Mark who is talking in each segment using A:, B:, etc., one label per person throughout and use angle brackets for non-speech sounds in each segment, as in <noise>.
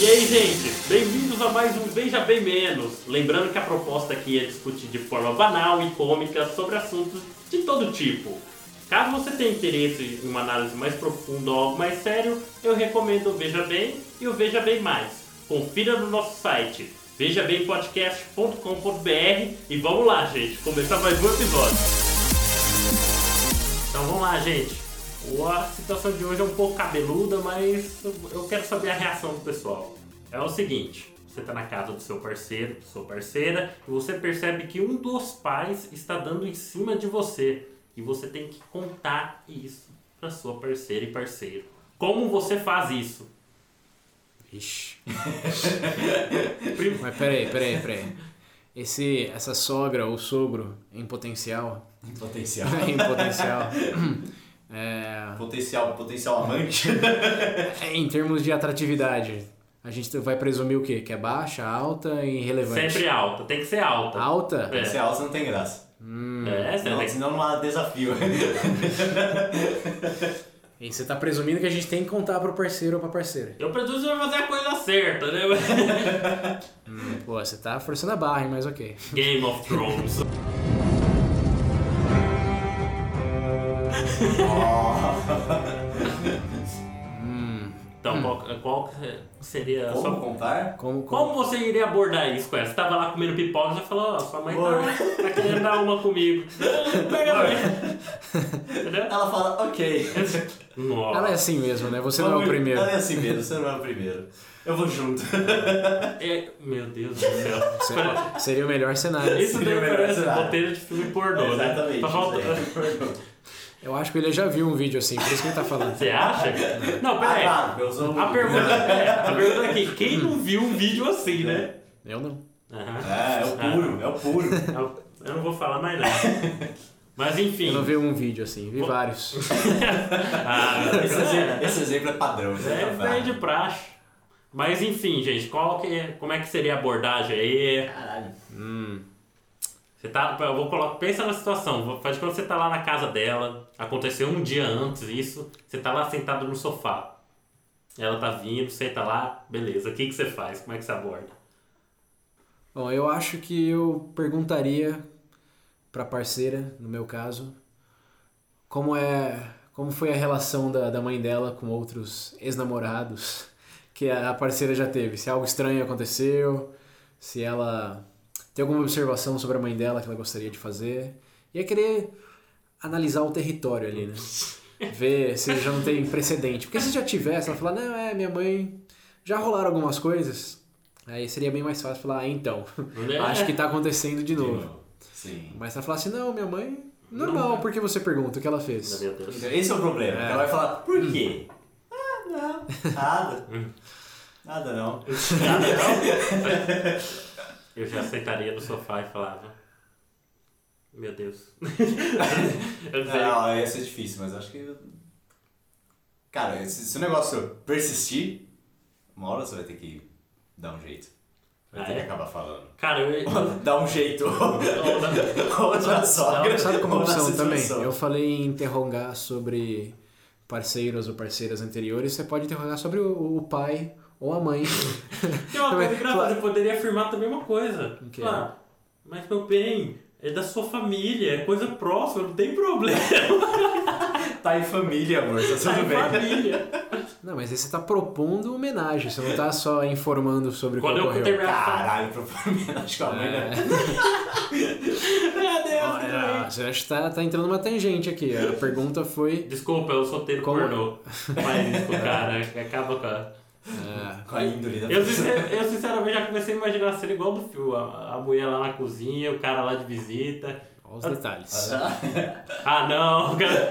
A: E aí, gente, bem-vindos a mais um Veja Bem Menos. Lembrando que a proposta aqui é discutir de forma banal e cômica sobre assuntos de todo tipo. Caso você tenha interesse em uma análise mais profunda ou algo mais sério, eu recomendo o Veja Bem e o Veja Bem Mais. Confira no nosso site vejabempodcast.com.br e vamos lá, gente, começar mais um episódio. Então vamos lá, gente. A situação de hoje é um pouco cabeluda, mas eu quero saber a reação do pessoal. É o seguinte, você tá na casa do seu parceiro, sua parceira, e você percebe que um dos pais está dando em cima de você. E você tem que contar isso pra sua parceira e parceiro. Como você faz isso?
B: Ixi.
A: Prim-
B: Mas peraí, peraí, peraí. Esse, essa sogra ou sogro em potencial. <laughs>
C: Potencial.
B: em potencial. <clears throat> é,
C: Potencial, potencial amante.
B: em termos de atratividade, a gente vai presumir o quê? Que é baixa, alta e irrelevante.
A: Sempre alta, tem que ser alta.
B: Alta?
A: É.
C: Potencial você não tem graça.
A: É, você
C: Senão,
A: tem
C: senão não há desafio.
B: E você tá presumindo que a gente tem que contar pro parceiro ou pra parceira.
A: Eu preciso fazer a coisa certa, né? <laughs>
B: Pô, você tá forçando a barra, hein? mas ok.
A: Game of Thrones. Então, qual, qual seria a
C: Hum. Como
A: sua...
C: contar?
B: Como, como...
A: Como você iria abordar isso com ela? Você tava lá comendo pipoca e já falou, ó, sua mãe tá, tá querendo dar uma comigo. Pega a minha. Entendeu?
C: Ela fala, ok.
A: Nossa.
B: Ela é assim mesmo, né? Você não é o primeiro.
A: tá
C: Ela é assim mesmo, você não é o primeiro. Eu vou junto.
A: É- Meu Deus do céu.
B: Seria- Seria o melhor cenário.
A: Isso
C: Seria
A: daí
C: o melhor
A: parece
C: cenário.
A: roteiro de filme pornô, né?
C: é Exatamente.
A: Tá faltando-
C: isso aí.
B: Eu acho que ele já viu um vídeo assim, por isso que ele tá falando.
A: Você acha? Não,
C: Ah, Hum.
A: peraí.
C: claro, eu sou
A: A pergunta, é, a pergunta é que quem não viu um vídeo assim, né?
B: Eu não.
A: Aham.
C: É, é o puro, é o puro.
A: Eu- Eu não vou falar mais nada. Mas enfim.
B: Eu não vi um vídeo assim, vi
A: Bom.
B: vários. <laughs>
A: Ah,
C: Esse exemplo,
A: é,
C: esse exemplo é padrão.
A: é,
C: né?
A: é de praxe. Mas enfim, gente, qual que é- como é que seria a abordagem aí?
C: Caralho.
A: Você tá, eu vou colocar, pensa na situação, faz de quando você tá lá na casa dela, aconteceu um dia antes isso, você tá lá sentado no sofá. Ela tá vindo, senta lá, beleza. O que que você faz? Como é que você aborda?
B: Bom, eu acho que eu perguntaria pra parceira, no meu caso, como é, como foi a relação da, da mãe dela com outros ex-namorados <laughs> que a a parceira já teve. Se algo estranho aconteceu, se ela tem alguma observação sobre a mãe dela que ela gostaria de fazer. Ia querer analisar o território ali, né? Ver se já não tem precedente. Porque se já tivesse, ela falar, não, é, minha mãe, já rolaram algumas coisas. Aí seria bem mais fácil falar, ah, então,
A: É.
B: acho que tá acontecendo de
C: De
B: novo.
C: novo. Sim.
B: Mas se ela falar assim, não, minha mãe, normal, por que você pergunta o que ela fez?
A: Meu Deus.
C: Esse é o problema. Ela vai falar, por
B: Hum.
C: quê? Ah, não. Nada.
A: Hum.
C: Nada não.
A: Eu já sentaria no sofá e falava. Meu Deus. eu não sei.
C: Não, essa é difícil, mas acho que. Cara, se, se o negócio persistir, uma hora você vai ter que dar um jeito. Vai
A: Ah,
C: ter
A: é?
C: que acabar falando.
A: Cara, eu. então,
C: Dá um jeito. Outra sogra.
B: Sabe como
C: ou na
B: opção também?
C: é situação.
B: Eu falei em interrogar sobre parceiros ou parceiras anteriores, você pode interrogar sobre o, o pai ou a mãe.
A: Tem uma coisa
B: Também,
A: engraçada,
B: claro.
A: eu poderia afirmar também uma coisa.
B: O quê?
A: Ah, mas meu bem, é da sua família, é coisa próxima, não tem
B: <laughs>
A: problema.
C: Tá em família, amor. Tá
A: Tá
C: tudo
A: em
C: bem.
A: família.
B: não, mas aí você tá propondo homenagem, você não tá só informando sobre o que
A: Quando eu
B: ocorreu.
A: terminar.
C: Caralho, pro acho que a mãe né?
A: Meu Deus,
B: Ah, era- <laughs> Você acha que tá, tá entrando uma tangente aqui. A pergunta foi.
A: Desculpa, eu solteiro
B: Como-
A: pornô. Mas isso, cara, acaba com a.
B: ah,
C: Com a índole da
A: Eu,
C: pessoa.
A: sincer- eu, sinceramente já comecei a imaginar a cena igual do filme. A, a mulher lá na cozinha, o cara lá de visita.
B: olha os detalhes.
A: Ah não, <laughs> cara.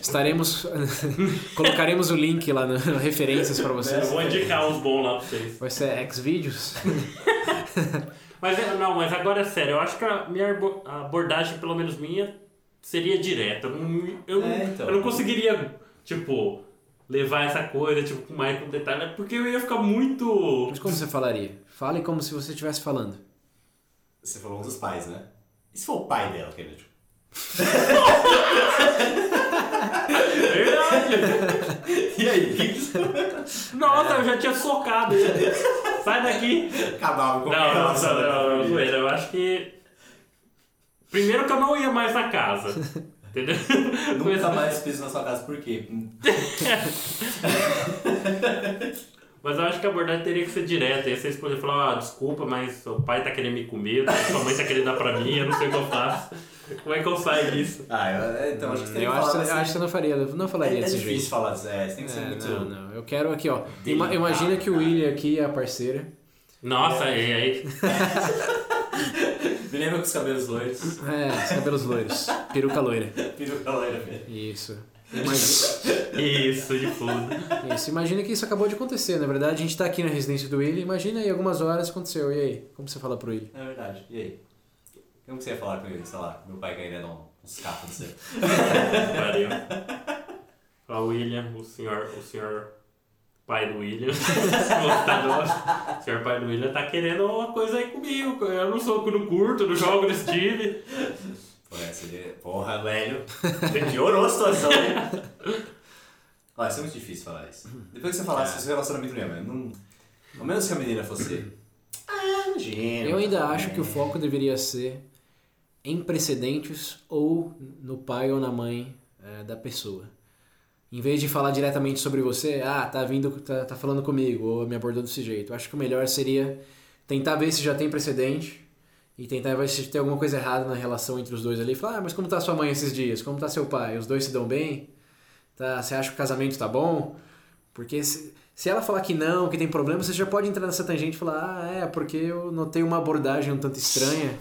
B: Estaremos. <laughs> Colocaremos o link lá no referências pra
A: É, Eu
B: vocês.
A: vou
C: é
A: indicar uns bons lá pra vocês.
B: Vai ser
C: <laughs>
B: Xvideos?
A: Mas é- não, mas agora é sério, eu acho que a minha arbo- a abordagem, pelo menos minha, seria direta. Eu não, eu, não-
C: É, então.
A: eu não conseguiria, tipo, levar essa coisa, tipo, com mais com detalhe, né? porque eu ia ficar muito. <laughs>
B: Mas como você falaria? Fale como se você estivesse falando.
C: Você falou um dos pais, né? E se for o pai dela, querido?
A: Verdade!
C: E aí?
A: Nossa, eu já tinha socado ele. Sai daqui!
C: Acabava com
A: Não, não, não,
C: né?
A: não, não, zoeira. Eu acho que. Primeiro que eu não ia mais na casa. Entendeu?
C: <laughs> Nunca mais fiz na sua casa, por quê?
A: Mas eu acho que a abordagem teria que ser direta. Aí você escolhe e falar, ah, desculpa, mas seu pai tá querendo me comer, sua mãe tá querendo dar pra mim, eu não sei o que eu faço. Como é que eu saio disso?
C: Ah, eu, então acho que você tem
B: Eu
C: que
B: acho,
C: falar
B: que- eu acho
C: assim.
B: que eu não faria, eu não
C: É,
B: falaria
C: é
B: desse
C: difícil
B: jeito.
C: falar disso, é, você tem que ser
B: É,
C: muito... tá.
B: não, não. Eu quero aqui, ó. Ima-
C: Delicado,
B: imagina que o
C: cara.
B: William aqui é a parceira.
A: Nossa, e aí?
C: Me lembra com os cabelos loiros, <laughs>
B: É, os cabelos loiros. Peruca loira.
C: peruca loira mesmo.
B: Isso. Imagina,
A: Isso, de fundo.
B: isso. Imagina que isso acabou de acontecer. Na verdade, a gente tá aqui na residência do William. Imagina aí algumas horas aconteceu. E aí? Como você fala pro William?
C: É verdade, e aí? Como que você ia falar com ele, sei lá, meu pai queria dar um- uns capos, não sei.
A: Pariu. Fala, William, o senhor, o senhor pai do William, <laughs> lutador, o senhor pai do William tá querendo uma coisa aí comigo. Eu não sou cu no curto, não jogo nesse time.
C: Pô, essa de... Porra, velho. Você piorou a situação, <laughs> hein? Olha, isso é muito difícil falar isso. Depois que você falasse,
A: É.
C: seu relacionamento mesmo, né? não... Ao menos que a menina fosse... Ah, imagina.
B: Eu ainda acho
C: É.
B: que o foco deveria ser em precedentes ou no pai ou na mãe é, da pessoa. Em vez de falar diretamente sobre você, ah, tá vindo, tá, tá falando comigo, ou me abordou desse jeito. Eu acho que o melhor seria tentar ver se já tem precedente e tentar ver se tem alguma coisa errada na relação entre os dois ali. Falar, ah, mas como tá sua mãe esses dias? Como tá seu pai? Os dois se dão bem? Tá, você acha que o casamento tá bom? Porque se, se ela falar que não, que tem problema, você já pode entrar nessa tangente e falar, ah, é, porque eu notei uma abordagem um tanto estranha.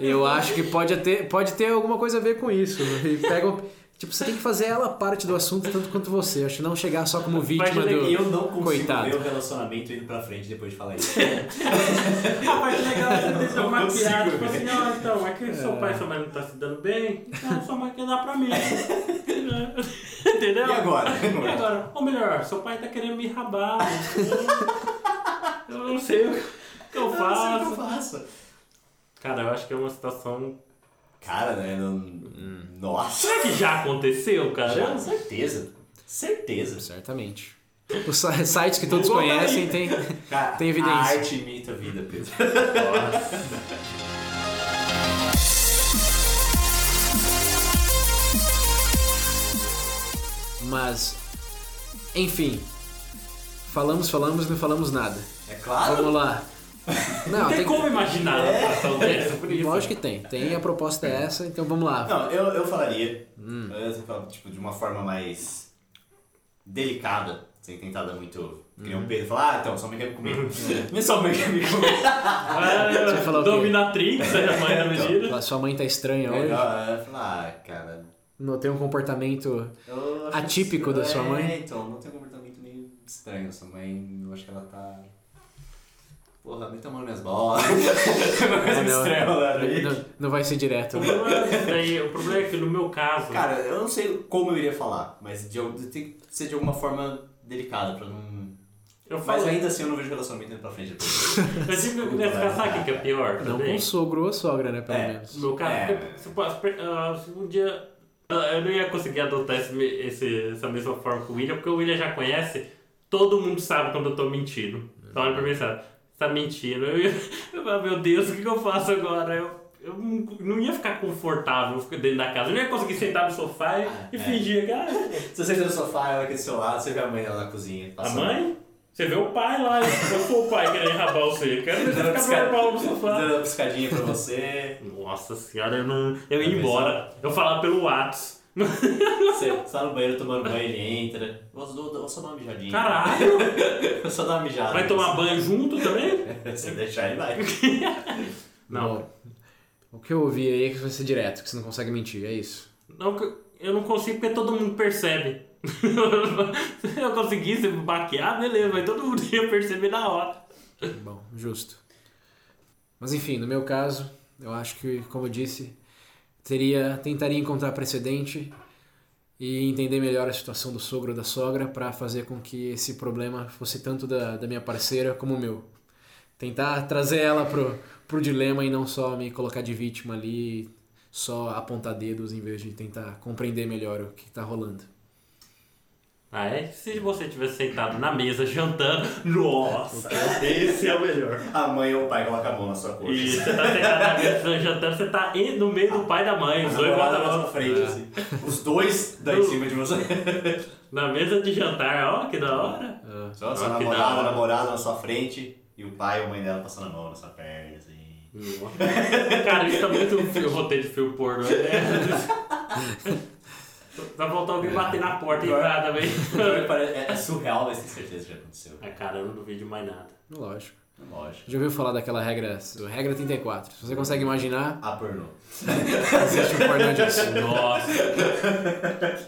B: eu acho que pode ter, pode ter alguma coisa a ver com isso. E pega um- tipo, você tem que fazer ela parte do assunto tanto quanto você. Acho que não chegar só como vítima
A: Imagina
B: do.
A: que
C: Eu não consigo
B: Coitado.
C: ver o relacionamento indo pra frente depois de falar <laughs> isso.
A: A parte legal é você ter uma
C: Não consigo,
A: piada, tipo assim,
C: velho.
A: ó, então, é que seu pai e sua mãe não tá se dando bem, então sua mãe quer dar pra <laughs> mim. Entendeu?
C: E <laughs> agora?
A: E agora? Ou melhor, seu pai tá querendo me rabar. <laughs> Eu não sei o que eu
C: Faça,
A: faço.
C: faça.
A: Cara, eu acho que é uma situação
C: Cara, né? Não... Nossa.
A: Será que já aconteceu, cara?
C: Já, certeza. Certeza.
B: Certamente. Os si- sites que todos
A: Google tá
B: conhecem
A: aí.
B: tem.
C: Cara,
B: Tem evidência.
C: A arte imita a vida, Pedro. <laughs>
B: Mas, enfim. Falamos, falamos e não falamos nada.
C: É claro.
B: Vamos lá. Não,
A: Não tem
B: tem É.
A: como imaginar uma situação dessa, por isso.
B: Lógico que tem. Tem a proposta é essa, então vamos lá.
C: Não, eu, eu falaria. Eu ia falar, tipo, de uma forma mais delicada, sem tentar dar muito. Que nem o Pedro falar, ah, então, sua mãe quer me comer. <laughs> Nem sua mãe quer me comer.
A: Ah,
B: Você falou o quê? Então,
A: dominatrix, a mãe da medida.
B: Ela- Sua mãe tá estranha
C: Melhor,
B: hoje.
C: eu ia falar, ah, cara.
B: Notei um comportamento.
C: eu acho que-
B: Atípico da sua mãe?
C: É, então, não tem um comportamento meio estranho. Sua mãe, eu acho que ela tá. Porra, me tomando minhas bolas. <laughs> né, Uma coisa
B: Não,
C: estranha lá, né?
B: Não, não vai ser direto.
A: O problema é isso daí, o problema é que no meu caso,
C: Cara, eu não sei como eu iria falar, mas de, algum- tem que ser de alguma forma delicada pra não.
A: eu
C: Mas
A: falo,
C: ainda assim eu não vejo relacionamento indo pra frente depois. <laughs>
A: eu tive que nesse caso, sabe o que que é pior
B: Não
A: também?
B: com sogro ou sogra, né? Pelo
C: É.
A: No
B: menos.
A: meu caso,
C: É.
A: porque se, pô- se- ah, se um dia ah, eu não ia conseguir adotar esse me- esse- essa mesma forma que o William, porque o William já conhece, todo mundo sabe quando eu tô mentindo. Então olha pra mim e sabe, você tá mentindo. Eu, ia- <laughs> eu falava, meu Deus, o que, que eu faço agora? Eu, eu não, não ia ficar confortável ficar dentro da casa, eu não ia conseguir sentar no sofá e, e
C: É.
A: fingir, "Ah, cara.
C: Se você senta no sofá, ela aqui do seu lado, você vê a mãe lá na cozinha.
A: A
C: passando-
A: mãe? Você vê o pai lá, eu sou o pai querendo rabar você, eu quero ver
C: <laughs> Dando
A: você
C: uma
A: ficar
C: pisca-
A: normal no sofá.
C: dando uma piscadinha pra você.
A: Nossa senhora, eu não. Eu ia
C: Talvez
A: embora. Eu falava pelo Whats.
C: Você tá no banheiro tomando banho, ele entra. Eu só, eu só dou uma mijadinha.
A: Caralho!
C: Eu <laughs> só dou uma mijada.
A: Vai tomar
C: <laughs>
A: banho junto também?
C: Se deixar, ele vai.
A: Não.
B: Bom, O que eu ouvi aí é que vai ser direto, que você não consegue mentir, é isso.
A: Não, que eu- eu não consigo porque todo mundo percebe. <laughs> Se eu conseguisse maquiar, beleza, mas todo mundo ia perceber na hora.
B: Bom, justo. Mas enfim, no meu caso, eu acho que, como eu disse, teria, tentaria encontrar precedente e entender melhor a situação do sogro ou da sogra para fazer com que esse problema fosse tanto da, da minha parceira como o meu. Tentar trazer ela pro, pro dilema e não só me colocar de vítima ali, só apontar dedos em vez de tentar compreender melhor o que tá rolando.
A: Ah, é? Se você tivesse sentado na mesa jantando, nossa, <laughs> esse é o melhor.
C: A mãe ou o pai coloca a mão na sua coxa.
A: E você tá sentado na mesa jantando, você tá em- no meio do pai e da mãe, os
C: Os
A: dois É.
C: dois
A: botam a mão Uh.
C: na nossa frente, assim. Os dois dão em cima de você.
A: na mesa de jantar, ó, que da hora.
B: Ah,
C: Só
A: Ah,
C: sua
A: que da
C: namorada,
A: hora.
C: namorada na sua frente e o pai ou a mãe dela passando a mão na sua perna, assim.
A: <laughs> Cara, isso tá muito um filme, roteiro de filme porno. né?
C: <laughs>
A: Vai voltar alguém bater na porta e entrar também.
C: <laughs> É, é surreal, mas tenho certeza que já aconteceu. É
A: Ah, cara, eu não duvido de mais nada.
B: lógico.
C: Lógico.
B: Já ouviu falar daquela regra, regra 34. Se você consegue imaginar,
C: A pornô.
B: existe um pornô disso.
A: Nossa.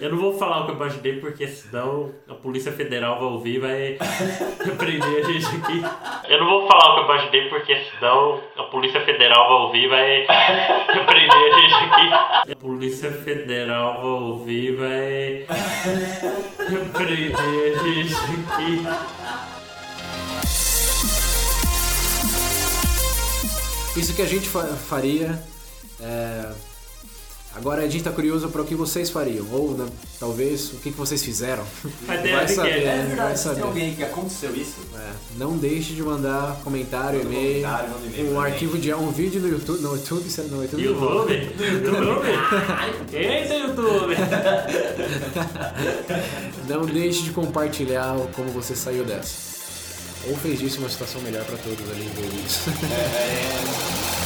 A: Eu não vou falar o que eu imaginei, porque senão a Polícia Federal vai ouvir e vai <laughs> prender a gente aqui. Eu não vou falar o que eu imaginei, porque senão a Polícia Federal vai ouvir e vai <laughs> prender a gente aqui. A Polícia Federal vai ouvir e vai <laughs> prender a gente aqui.
B: Isso que a gente fa- faria. é, Agora a gente tá curioso para o que vocês fariam, ou né, talvez o que, que vocês fizeram. <laughs>
A: Mas tem
B: Vai
A: a que
B: saber,
A: é.
B: né? Vai
C: se
B: saber.
C: tem alguém que aconteceu isso,
B: É, não deixe de mandar comentário,
C: Manda um
B: e-mail,
C: comentário, manda um e-mail
B: um
C: pra
B: arquivo de um vídeo no YouTube, no YouTube, se- no YouTube. não rola.
A: YouTube? YouTube? Eita, YouTube!
B: Não deixe de compartilhar o- como você saiu <laughs> dessa. Ou fez disso uma situação melhor para todos ali envolvidos.
C: É, é,